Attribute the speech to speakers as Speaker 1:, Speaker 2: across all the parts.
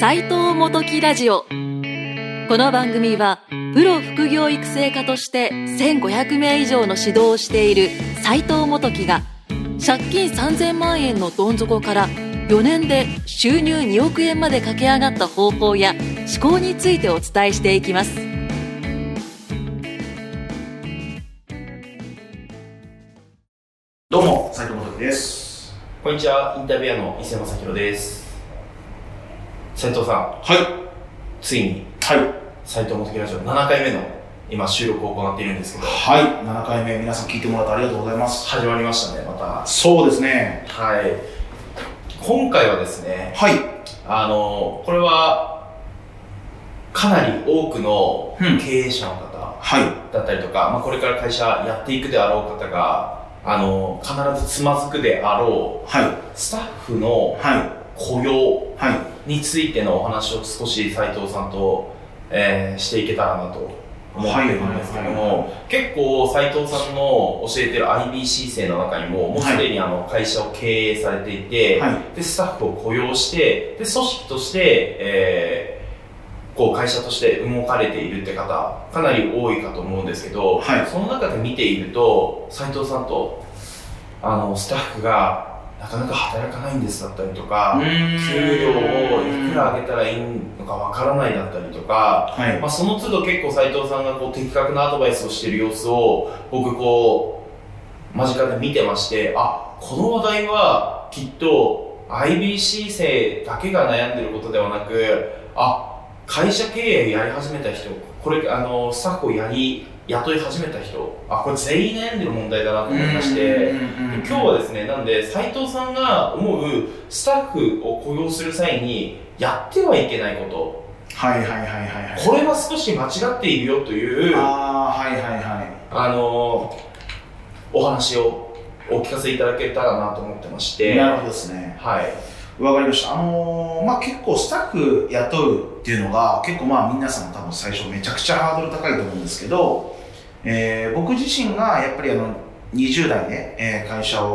Speaker 1: 斉藤元木ラジオこの番組はプロ副業育成家として1500名以上の指導をしている斉藤元木が借金3000万円のどん底から4年で収入2億円まで駆け上がった方法や思考についてお伝えしていきます
Speaker 2: どうも、斉藤元樹です。
Speaker 3: こんにちは、インタビュアーの伊勢正弘です。斉藤さん、
Speaker 2: はい。
Speaker 3: ついに
Speaker 2: はい。
Speaker 3: 斉藤元木ラジオ7回目の今収録を行っているんですけど、
Speaker 2: はい。7回目、皆さん聞いてもらってありがとうございます。
Speaker 3: 始まりましたね、また。
Speaker 2: そうですね。
Speaker 3: はい。今回はですね、
Speaker 2: はい。
Speaker 3: あの、これは、かなり多くの
Speaker 2: うん
Speaker 3: 経営者の方
Speaker 2: は
Speaker 3: だったりとか、まあ、これから会社やっていくであろう方が、あの、必ずつまずくであろ
Speaker 2: い。はい。
Speaker 3: う、スタッフの
Speaker 2: は
Speaker 3: 雇
Speaker 2: い。
Speaker 3: 用
Speaker 2: は
Speaker 3: についてのお話を少し斉藤さんと、えーしていけたらなと思ってるんですけど
Speaker 2: はいはいはい
Speaker 3: も結構斉藤さんの教えてる IBC 生の中にももうすでにあの会社を経営されてい
Speaker 2: い。
Speaker 3: て、
Speaker 2: はい。
Speaker 3: でスタッフを雇用してで組織として、えーこう会社として動かれているって方かなり多いかと思うんですけど、
Speaker 2: はい
Speaker 3: その中で見ていると斉藤さんとあのスタッフがなかなか働かないんですだったりとか。給料をいくら上げたらいいのかわからないだったりとか、
Speaker 2: はい。
Speaker 3: まあ、その都度結構斉藤さんがこう的確なアドバイスをしている様子を僕こう間近で見てましてあこの話題はきっと IBC 生だけが悩んでることではなくあ会社経営やり始めた人これあのスタッフをやり雇い始めた人あこれ全員悩んでる問題だなと思いまして。今日はですね、なんで、斉藤さんが思うスタッフを雇用する際にやってはいけないこ
Speaker 2: はい。はい。はい。はい。
Speaker 3: と、これは少し間違っているよという、あ
Speaker 2: ああ、はい。はい。はい。
Speaker 3: のーお話をお聞かせいただけたらなと思ってまして、
Speaker 2: なるほどですね。
Speaker 3: はい、
Speaker 2: わかりました。あのーまあ結構スタッフ雇うっていうのが、結構まあ皆さん多分最初めちゃくちゃハードル高いと思うんですけど、えー僕自身がやっぱりあの、20代で、えー会社を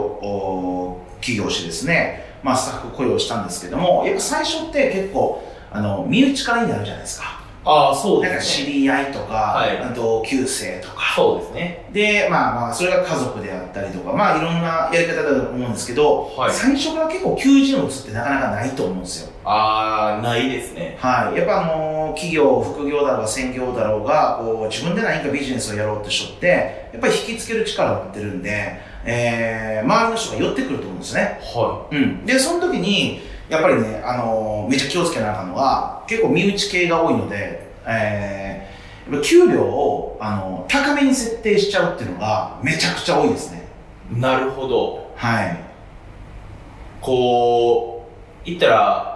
Speaker 2: おー起業してですね、まあスタッフ雇用したんですけども、やっぱ最初って結構、あの、身内からになるじゃないですか。
Speaker 3: ああ、そう
Speaker 2: なん
Speaker 3: で
Speaker 2: か
Speaker 3: す
Speaker 2: 知
Speaker 3: ね。
Speaker 2: り合いとか、
Speaker 3: はい
Speaker 2: 同級生とか、
Speaker 3: そうですね。
Speaker 2: で、まあまあ、それが家族であったりとか、まあいろんなやり方だと思うんですけど、
Speaker 3: はい
Speaker 2: 最初から結構求人を打つってなかなかないと思うんですよ。
Speaker 3: ああ、ないですね。
Speaker 2: はい、やっぱあのー企業、副業だろうが専業だろうがこう自分で何かビジネスをやろうって人ってやっぱり引きつける力を持ってるんで、えー周りの人が寄ってくると思うんですね、
Speaker 3: は
Speaker 2: うん、でその時にやっぱりね、あのーめっちゃ気をつけなあかんのは結構身内系が多いので、えーやっぱ給料を、あのー高めに設定しちゃうっていうのがめちゃくちゃ多いですね
Speaker 3: い。なるほど。
Speaker 2: はい
Speaker 3: こう、言ったら、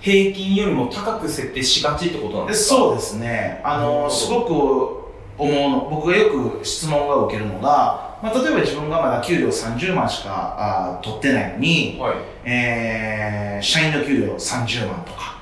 Speaker 3: 平均よりも高く設定しがちってことなんですか
Speaker 2: そうですねあ
Speaker 3: なるほ
Speaker 2: の
Speaker 3: ど
Speaker 2: すごく思うの僕がよく質問が受けるのが、まあ、例えば自分がまだ給料30万しかあー取ってないのに、
Speaker 3: は
Speaker 2: えー社員の給料30万とか、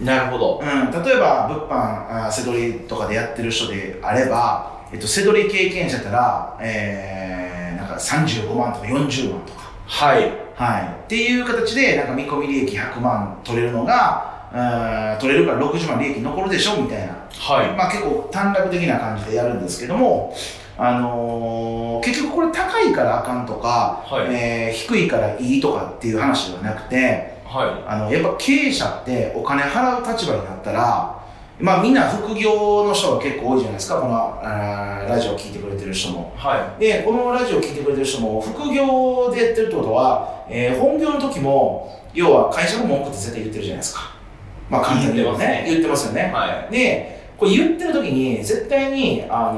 Speaker 3: い。なるほど。
Speaker 2: うん、例えば物販あーセドリとかでやってる人であれば、えっと、セドリ経験者やったら、えーなんか35万とか40万とか
Speaker 3: はい。
Speaker 2: はい、っていう形でなんか見込み利益100万取れるのがうーん取れるから60万利益残るでしょみたいな、
Speaker 3: は
Speaker 2: まあ、結構短絡的な感じでやるんですけども、あのー結局これ高いからあかんとか、
Speaker 3: はい
Speaker 2: えー低いからいいとかっていう話ではなくて
Speaker 3: い。は
Speaker 2: あのやっぱ経営者ってお金払う立場になったらまあみんな副業の人が結構多いじゃないですかこのあーラジオ聞いてくれてる人も
Speaker 3: い。は
Speaker 2: でこのラジオ聞いてくれてる人も副業でやってるってことは、えー本業の時も要は会社の文句って絶対言ってるじゃないですかまあ簡単に言えばね言ってますよ
Speaker 3: い。
Speaker 2: ね、
Speaker 3: は
Speaker 2: でこれ言ってる時に絶対にあ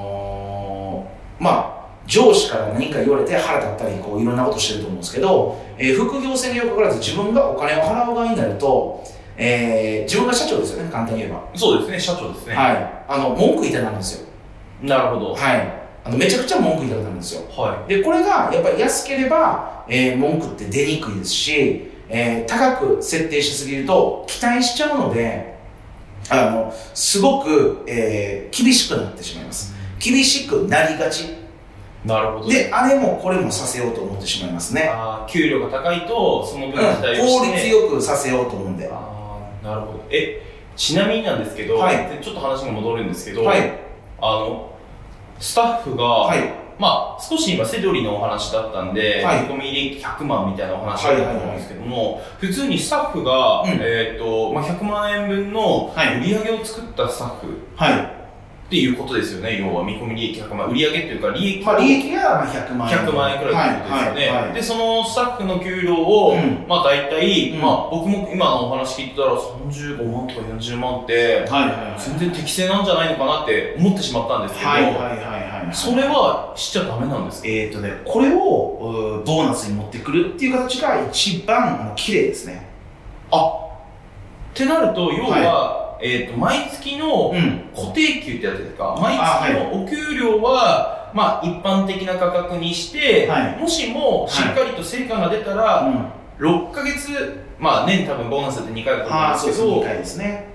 Speaker 2: のーまあ上司から何か言われて腹立ったりこういろんなことしてると思うんですけど、えー副業制によくからず自分がお金を払う側になると、えー自分が社長ですよね簡単に言えば、
Speaker 3: い。そうですね、社長ですね。
Speaker 2: はいあの文句言いたくなるんですよ
Speaker 3: なるほど。
Speaker 2: はいあのめちゃくちゃ文句言いたくなるんですよ
Speaker 3: は
Speaker 2: でこれがやっぱり安ければ、えー文句って出にくいですし、えー高く設定しすぎると期待しちゃうのであのすごく、えー厳しくなってしまいます厳しくなりがち
Speaker 3: い。なるほど。
Speaker 2: であれもこれもさせようと思ってしまいますね
Speaker 3: あー給料が高いと、その
Speaker 2: う
Speaker 3: 分
Speaker 2: ん
Speaker 3: 期待をして、
Speaker 2: 効率よくさせようと思うんで
Speaker 3: あなるほどえちなみになんですけど、
Speaker 2: はい
Speaker 3: でちょっと話が戻るんですけど、
Speaker 2: はい
Speaker 3: あのスタッフが、
Speaker 2: はい
Speaker 3: まあ、少し今セドリのお話だったんで、
Speaker 2: はい
Speaker 3: 見込み利益100万みたいなお話だったと思うんですけども、普通にスタッフが、
Speaker 2: うん
Speaker 3: えーとまあ、100万円分の
Speaker 2: はい
Speaker 3: 売り上げを作ったスタッフっ
Speaker 2: はい
Speaker 3: ていうことですよね、要は見込み利益100万、売り上げっていうか利益
Speaker 2: まあ利益がまあ100万円
Speaker 3: 100万円くらいってことですよね、
Speaker 2: はいはいはい
Speaker 3: でそのスタッフの給料を、
Speaker 2: うん
Speaker 3: まあ大体、
Speaker 2: うん
Speaker 3: まあ、僕も今のお話聞いてたら35万とか40万って
Speaker 2: はいはいはい
Speaker 3: 全然適正なんじゃないのかなって思ってしまったんですけど、
Speaker 2: はいはいはいはい
Speaker 3: それはしちゃダメなんですか
Speaker 2: えーとね、これをうーボーナスに持ってくるっていう形が一番あの綺麗ですね。
Speaker 3: ってなると要は、えー、と毎月の
Speaker 2: ん。
Speaker 3: 固定給ってやつですか毎
Speaker 2: あ
Speaker 3: 月のお給料はまあ一般的な価格にして、
Speaker 2: はい
Speaker 3: もしもしっかりと成果が出たら、
Speaker 2: あ、
Speaker 3: 6ヶ月まあ年多分ボーナスって2回だと思うん
Speaker 2: あ
Speaker 3: で
Speaker 2: ー、
Speaker 3: す
Speaker 2: そうです。
Speaker 3: けど
Speaker 2: 2回ですね。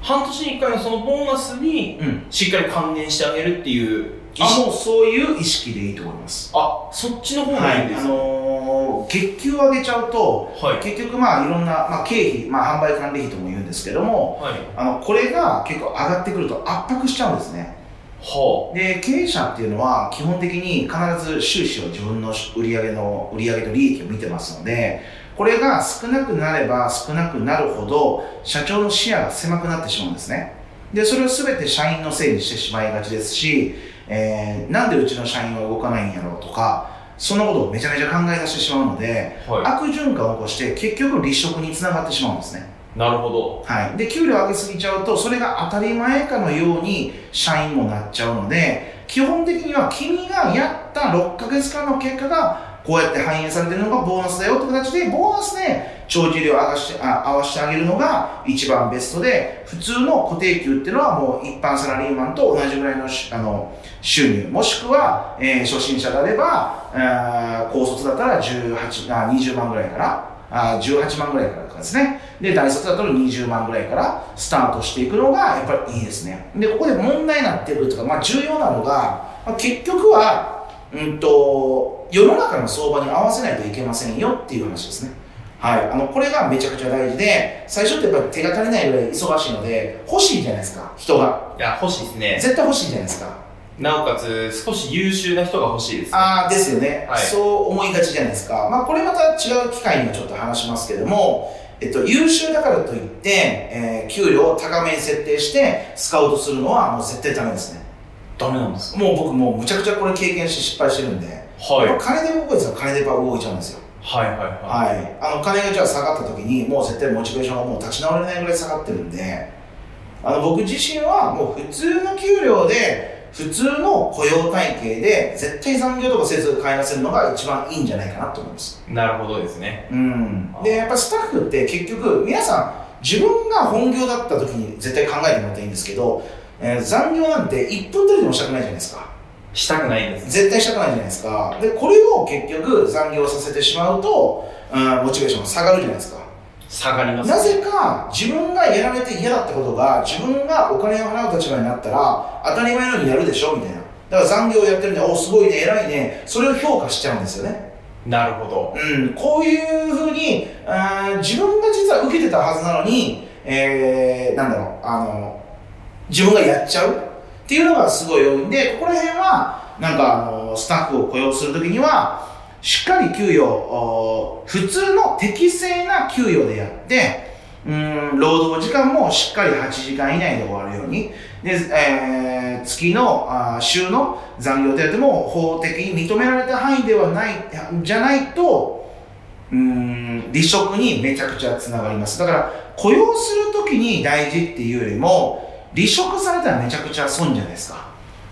Speaker 3: 半年に1回のそのボーナスに
Speaker 2: うん。
Speaker 3: しっかり還元してあげるっていう意
Speaker 2: あ、
Speaker 3: 識
Speaker 2: もうそういう意識でいいと思います。
Speaker 3: あそっちの方が
Speaker 2: はい
Speaker 3: いん
Speaker 2: い。
Speaker 3: で
Speaker 2: あ
Speaker 3: すか
Speaker 2: のー月給を上げちゃうと、
Speaker 3: はい
Speaker 2: 結局まあいろんな、まあ、経費、まあ販売管理費とも言うんですけども、
Speaker 3: はい
Speaker 2: あの、これが結構上がってくると圧迫しちゃうんですね。
Speaker 3: は
Speaker 2: で、経営者っていうのは基本的に必ず収支を自分の売上の、売上と利益を見てますので、これが少なくなれば少なくなるほど、社長の視野が狭くなってしまうんですね。で、それを全て社員のせいにしてしまいがちですし、えーなんでうちの社員は動かないんやろうとか、そんなことをめちゃめちゃ考え出してしまうので、
Speaker 3: あは
Speaker 2: 悪循環を起こして結局離職につながってしまうんですね。
Speaker 3: いなるほど
Speaker 2: はい、で給料上げすぎちゃうとそれが当たり前かのように社員もなっちゃうので基本的には君がやった6ヶ月間の結果がこうやって反映されてるのがボーナスだよって形でボーナスで長給料を上がしてあ合わせてあげるのが一番ベストで普通の固定給っていうのはもう一般サラリーマンと同じぐらいのしあの収入もしくは、えー初心者であればあー高卒だったら18あ20万ぐらいからあー18万ぐらいからとかですねで大卒だと20万ぐらいからスタートしていくのがやっぱりいいですねでここで問題になってくるとか、まあ、重要なのが、まあ、結局は、うん、と世の中の相場に合わせないといけませんよっていう話ですねはい、あのこれがめちゃくちゃ大事で最初ってやっぱり手が足りないぐらい忙しいので欲しいじゃないですか人が
Speaker 3: いや欲しいですね
Speaker 2: 絶対欲しいじゃないですか
Speaker 3: なおかつ少し優秀な人が欲しいです
Speaker 2: ああですよね、
Speaker 3: はい
Speaker 2: そう思いがちじゃないですか、まあ、これまた違う機会にもちょっと話しますけども、えっと、優秀だからといって、えー給料を高めに設定してスカウトするのはもう絶対ダメですね
Speaker 3: ダメなんですか
Speaker 2: もう僕もうむちゃくちゃこれ経験して失敗してるんで、
Speaker 3: はい
Speaker 2: やっぱ金で動いてたら金でやっぱ動いちゃうんですよ
Speaker 3: はいはいは
Speaker 2: はい、あの金がじゃあ下がった時にもう絶対モチベーションがもう立ち直れないぐらい下がってるんであの僕自身はもう普通の給料で普通の雇用体系で絶対残業とかせず買い出せるのが一番いいんじゃないかなと思います
Speaker 3: いなるほどですね
Speaker 2: うんでやっぱスタッフって結局皆さん自分が本業だった時に絶対考えてもらっていいんですけど、えー残業なんて1分たりでもしたくないじゃないですか
Speaker 3: したくないんです
Speaker 2: 絶対したくないじゃないですかでこれを結局残業させてしまうと、うん、モチベーションが下がるじゃないですか
Speaker 3: 下がります
Speaker 2: なぜか自分がやられて嫌だったことが自分がお金を払う立場になったら当たり前のようにやるでしょみたいなだから残業をやってるんでおすごいね偉いねそれを評価しちゃうんですよね
Speaker 3: なるほど
Speaker 2: うんこういうふうにあー自分が実は受けてたはずなのにえー、なんだろうあの自分がやっちゃうっていうのがすごい多いんでここら辺はなんかあのスタッフを雇用するときにはしっかり給与お普通の適正な給与でやってうん労働時間もしっかり8時間以内で終わるようにで、えー月のあー週の残業手当も法的に認められた範囲ではないじゃないとうん離職にめちゃくちゃつながりますだから雇用するときに大事っていうよりも離職されたらめちゃくちゃ損じゃないですか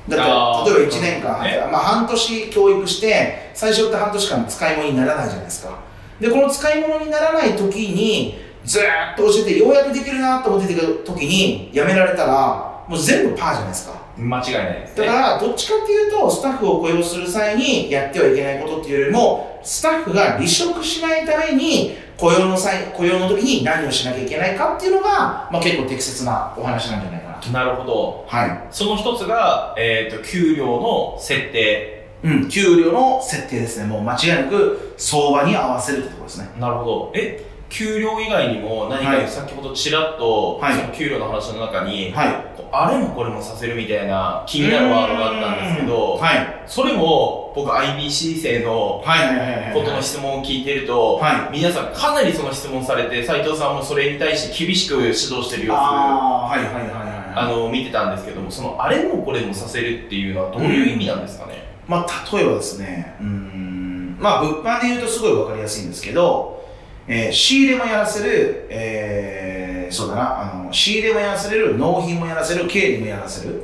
Speaker 2: だ
Speaker 3: あ
Speaker 2: っ
Speaker 3: ー
Speaker 2: て例えば1年間、
Speaker 3: ね
Speaker 2: まあ、半年教育して最初って半年間使い物にならないじゃないですかでこの使い物にならない時にずーっと教えてようやくできるなと思ってた時に辞められたらもう全部パーじゃないですか
Speaker 3: 間違いないです
Speaker 2: だか
Speaker 3: ね
Speaker 2: らどっちかっていうとスタッフを雇用する際にやってはいけないことっていうよりもスタッフが離職しないために雇用の際雇用の時に何をしなきゃいけないかっていうのが、まあ、結構適切なお話なんじゃないかなと
Speaker 3: なるほど
Speaker 2: はい、
Speaker 3: その一つが、えー、と給料の設定
Speaker 2: うん、給料の設定ですねもう間違いなく相場に合わせるってところですね
Speaker 3: なるほどえ給料以外にも何
Speaker 2: はい
Speaker 3: か先ほどちらっと、
Speaker 2: はい
Speaker 3: その給料の話の中に、
Speaker 2: はい
Speaker 3: こうあれもこれもさせるみたいな気になるワードがあったんですけど、
Speaker 2: はい
Speaker 3: それも僕 IBC 生の
Speaker 2: はいはいはいはい
Speaker 3: ことの質問を聞いてると、
Speaker 2: は
Speaker 3: 皆さんかなりその質問されて斉藤さんもそれに対して厳しく指導してる様子
Speaker 2: あーはいはいはいはいはい
Speaker 3: あの見てたんですけどもそのあれもこれもさせるっていうのはどういう意味なんですかね、
Speaker 2: まあ、例えばですね、うーん、まあ、物販で言うとすごいわかりやすいんですけど、えー仕入れもやらせる、えーそうだな、あの、仕入れもやらせれる、納品もやらせる、経理もやらせる、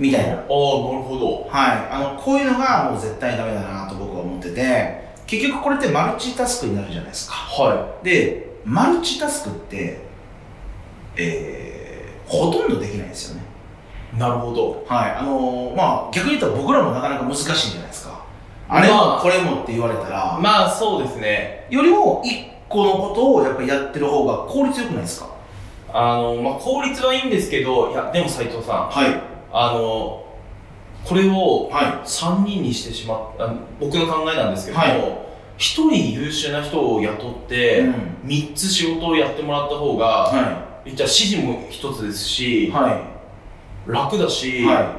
Speaker 2: みたいな。
Speaker 3: ああなるほど
Speaker 2: はい。あの、こういうのがもう絶対ダメだなと僕は思ってて、結局これってマルチタスクになるじゃないですか。
Speaker 3: は
Speaker 2: で、マルチタスクって、えーほとんどできないんですよね。
Speaker 3: いなるほど
Speaker 2: はい、あのーまあ逆に言ったら僕らもなかなか難しいんじゃないですか。あれ
Speaker 3: ま
Speaker 2: も
Speaker 3: あ
Speaker 2: これもって言われたら、
Speaker 3: まあそうですね
Speaker 2: よりも一個のことをやっぱりやってる方が効率よくないですか
Speaker 3: あの、まあ、効率はいいんですけどいやでも斉藤さん
Speaker 2: はい、
Speaker 3: あのこれを
Speaker 2: は
Speaker 3: 3人にしてしまった僕の考えなんですけども、
Speaker 2: はい
Speaker 3: 1人優秀な人を雇っ
Speaker 2: い。う
Speaker 3: て、
Speaker 2: ん
Speaker 3: 三3つ仕事をやってもらった方が、
Speaker 2: は
Speaker 3: 言ったら指示も1つです
Speaker 2: い、
Speaker 3: し、
Speaker 2: は
Speaker 3: 楽だ
Speaker 2: い、
Speaker 3: し、
Speaker 2: は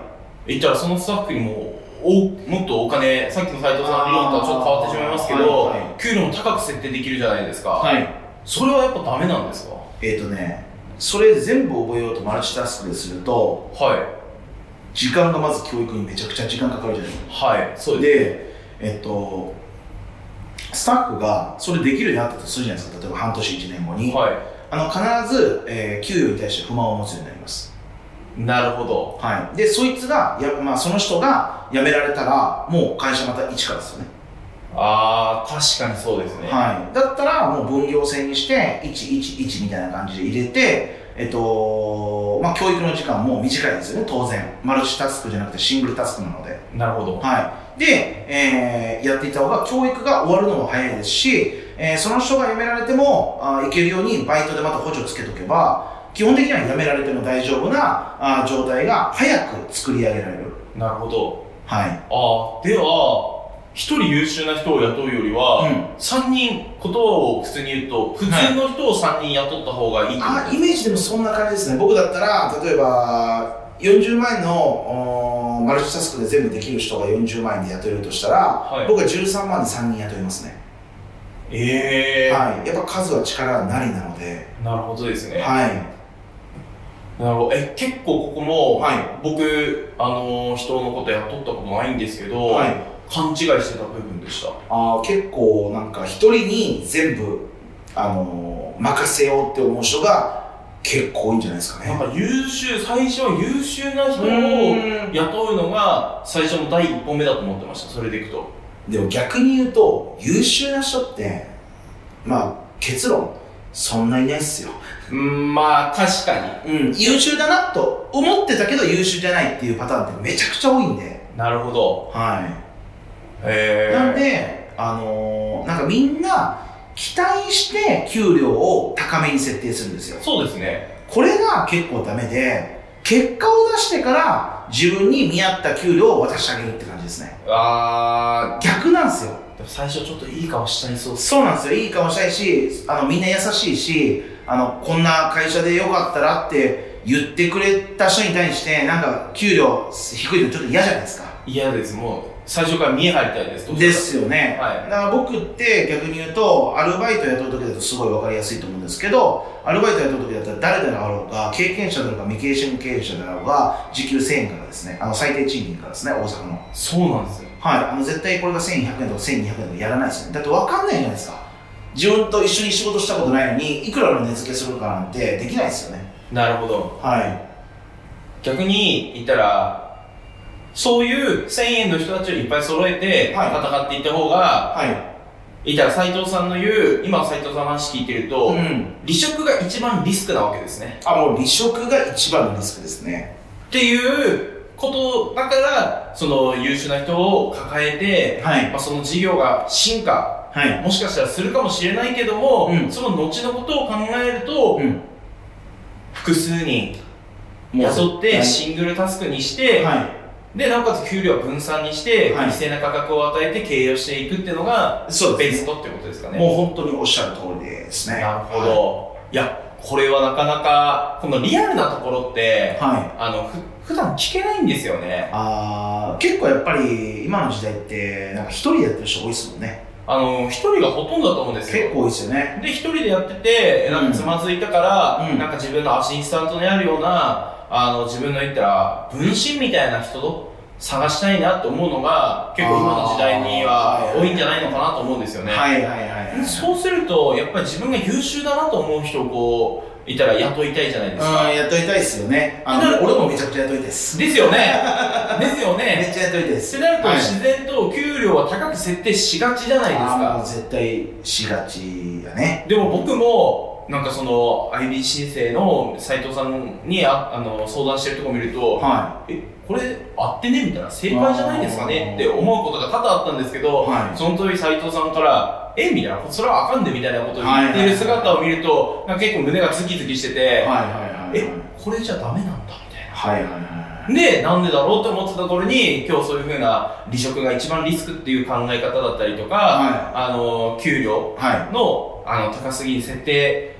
Speaker 3: 言ったらそのスタッフにもおもっとお金さっきの斉藤さんの理論とはちょっと変わってしまいますけど、
Speaker 2: はいは
Speaker 3: 給料も高く設定できるじゃないですか、
Speaker 2: い。はい、
Speaker 3: それはやっぱダメなんですか
Speaker 2: えっ、とね、それ全部覚えようとマルチタスクですると、
Speaker 3: は
Speaker 2: 時間がまず教育にめちゃくちゃ時間かかるじゃないです
Speaker 3: いはいそ
Speaker 2: か。
Speaker 3: うです
Speaker 2: で、えっ、と、スタッフがそれできるようになったとするじゃないですか。例えば半年、1年後に。
Speaker 3: は
Speaker 2: あの、必ず、えー給与に対して不満を持つようになります。
Speaker 3: いなるほど
Speaker 2: はい、でそいつがや、まあ、その人が辞められたらもう会社また一からですよね、
Speaker 3: あー確かにそうですね、
Speaker 2: はい、だったらもう分業制にして111みたいな感じで入れてえっとまあ教育の時間も短いですよね当然マルチタスクじゃなくてシングルタスクなので
Speaker 3: なるほど
Speaker 2: はい、で、えーやっていった方が教育が終わるのも早いですし、えーその人が辞められてもあーいけるようにバイトでまた補助をつけとけば基本的には辞められても大丈夫なあー状態が早く作り上げられる
Speaker 3: なるほど
Speaker 2: はい、
Speaker 3: あーでは1人優秀な人を雇うよりは、
Speaker 2: うん
Speaker 3: 三3人ことを普通に言うと普通の人を3人雇った方がいいってこと
Speaker 2: あイメージでもそんな感じですね僕だったら例えば40万円のおーマルチタスクで全部できる人が40万円で雇えるとしたら、
Speaker 3: い
Speaker 2: 僕は13万で3人雇いますね、
Speaker 3: ええー
Speaker 2: はい、やっぱ数は力なりなので、
Speaker 3: なるほどですね、
Speaker 2: はい
Speaker 3: なるほどえ結構ここも、
Speaker 2: は
Speaker 3: 僕あのー人のこと雇ったことないんですけど、
Speaker 2: はい、
Speaker 3: 勘違いしてた部分でした
Speaker 2: あー結構なんか一人に全部、あのー任せようって思う人が結構多いんじゃないですか
Speaker 3: なん
Speaker 2: ね
Speaker 3: か優秀最初は優秀な人を
Speaker 2: うん
Speaker 3: 雇うのが最初の第一歩目だと思ってましたそれでいくと
Speaker 2: でも逆に言うと優秀な人ってまあ結論そんないないっすよ
Speaker 3: うんまあ確か
Speaker 2: うん、優秀だなと思ってたけど優秀じゃないっていうパターンってめちゃくちゃ多いんで、
Speaker 3: になるほど
Speaker 2: は
Speaker 3: へえ
Speaker 2: なんで、あのーなんかみんな期待して給料を高めに設定するんですよ
Speaker 3: そうですね
Speaker 2: これが結構ダメで結果を出してから自分に見合った給料を渡してあげるって感じですね
Speaker 3: あ
Speaker 2: 逆なんですよ
Speaker 3: ーでも最初ちょっといい顔しちゃいそうっす
Speaker 2: そうなんですよいい顔したいしあのみんな優しいしあのこんな会社でよかったらって言ってくれた人に対してなんか給料低いのちょっと嫌じゃないですか
Speaker 3: 嫌ですもう最初から見え張りたいですどうした
Speaker 2: で
Speaker 3: ら
Speaker 2: すよね、
Speaker 3: はい
Speaker 2: だから僕って逆に言うとアルバイト雇う時だとすごい分かりやすいと思うんですけどアルバイト雇う時だったら誰であろうが経験者だろうが未経験経営者だろうが時給1000円からですねあの最低賃金からですね大阪の
Speaker 3: そうなんですよ
Speaker 2: はいあの絶対これが1100円とか1200円とかやらないですよねだって分かんないじゃないですか自分と一緒に仕事したことないのにいくらの値付けするかなんてできないですよね
Speaker 3: なるほど
Speaker 2: はい
Speaker 3: 逆に言ったらそういう1000円の人たちをいっぱい揃えて
Speaker 2: はい
Speaker 3: 戦っていった方が、
Speaker 2: はい
Speaker 3: 言ったら斉藤さんの言う今斉藤さんの話聞いてると、
Speaker 2: うん
Speaker 3: 離職が一番リスクなわけですね
Speaker 2: あもう離職が一番のリスクですね
Speaker 3: っていうことだからその優秀な人を抱えて、
Speaker 2: はい
Speaker 3: まあ、その事業が進化
Speaker 2: はい
Speaker 3: もしかしたらするかもしれないけども、
Speaker 2: うん
Speaker 3: その後のことを考えると、
Speaker 2: うん
Speaker 3: 複数人
Speaker 2: もう
Speaker 3: 雇っ
Speaker 2: は
Speaker 3: て
Speaker 2: い
Speaker 3: シングルタスクにして、
Speaker 2: はい
Speaker 3: でなおかつ給料は分散にして
Speaker 2: はい
Speaker 3: 適正な価格を与えて経営をしていくっていうのが
Speaker 2: そう
Speaker 3: ベ
Speaker 2: です
Speaker 3: ストってことですかね
Speaker 2: もう本当におっしゃる通りですね。
Speaker 3: なるほど。いや、これはなかなか、このリアルなところって、
Speaker 2: はい。はい。
Speaker 3: あの、ふ普段聞けないんですよね。
Speaker 2: あー結構やっぱり今の時代ってなんか一人でやってる人多いですもんね。
Speaker 3: あの、一人がほとんどだと思うんです
Speaker 2: 結
Speaker 3: よ。
Speaker 2: 構多いですよね。
Speaker 3: で、一人でやってて、なんかつまずいたから、
Speaker 2: うん
Speaker 3: なんか自分のアシスタントにあるような、あの、自分の言ったら、分身みたいな人と探したいなって思うのが、結構今の時代には
Speaker 2: あー
Speaker 3: 多いんじゃないのかなと思うんですよね。
Speaker 2: はいはいはい。
Speaker 3: そうすると、やっぱり自分が優秀だなと思う人をこう、いたら雇いたいじゃないですか。
Speaker 2: うん、雇いたいですよね。あ
Speaker 3: なる
Speaker 2: の俺もめちゃくちゃ雇いたいです。
Speaker 3: で すよねですよね
Speaker 2: めっちゃ雇いたいで
Speaker 3: っ
Speaker 2: す。
Speaker 3: てなると
Speaker 2: はい
Speaker 3: 自然と給料は高く設定しがちじゃないです
Speaker 2: あ
Speaker 3: か、
Speaker 2: ー絶対しがちだね。
Speaker 3: でも僕もなんかその IB 申請の斉藤さんにああの相談してるとこ見ると
Speaker 2: は
Speaker 3: えこれ合ってねみたいな正解じゃないですかねって思うことが多々あったんですけど、
Speaker 2: はい
Speaker 3: その時斉藤さんからえみたいなそれはあかんでみたいなことを言ってる姿を見るとなんか結構胸がズキズキして
Speaker 2: い。
Speaker 3: て、
Speaker 2: はいはいはい。
Speaker 3: えこれじゃダメなんだみたいな
Speaker 2: はいはいはい。
Speaker 3: で、なんでだろうと思ってたところに、今日そういうふうな離職が一番リスクっていう考え方だったりとか、
Speaker 2: は
Speaker 3: あの、給料
Speaker 2: はい。
Speaker 3: のあの高すぎに設定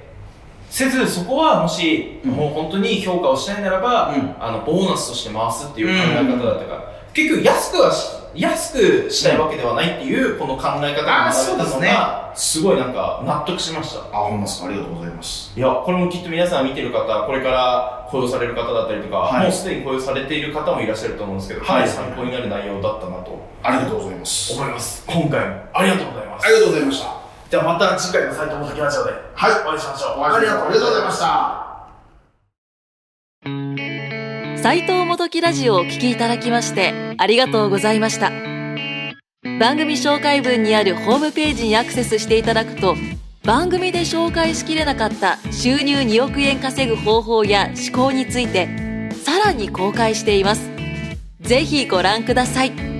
Speaker 3: せず、そこはもし、
Speaker 2: うん
Speaker 3: もう本当に評価をしたいならば、
Speaker 2: うん
Speaker 3: あの、ボーナスとして回すっていう考え方だったから、結局安くはし、安くしたいわけではないっていう、この考え方
Speaker 2: あ
Speaker 3: が
Speaker 2: ーそうですね
Speaker 3: すごいなんか納得しました。
Speaker 2: あ、ほんまですか。ありがとうございます。
Speaker 3: いや、これもきっと皆さん見てる方、これから雇用される方だったりとか、
Speaker 2: はい
Speaker 3: もうすでに雇用されている方もいらっしゃると思うんですけど、
Speaker 2: はい
Speaker 3: かなり参考になる内容だったなと思
Speaker 2: ありがとうございます。
Speaker 3: います。今回もありがとうございます。
Speaker 2: ありがとうございました。
Speaker 3: じゃあまた次回の斉藤も先ラジオで
Speaker 2: はい。
Speaker 3: お会いしましょう。
Speaker 2: ありがとうありがとうございました。
Speaker 1: 斉藤元木ラジオをお聞きいただきましてありがとうございました番組紹介文にあるホームページにアクセスしていただくと番組で紹介しきれなかった収入2億円稼ぐ方法や思考についてさらに公開していますぜひご覧ください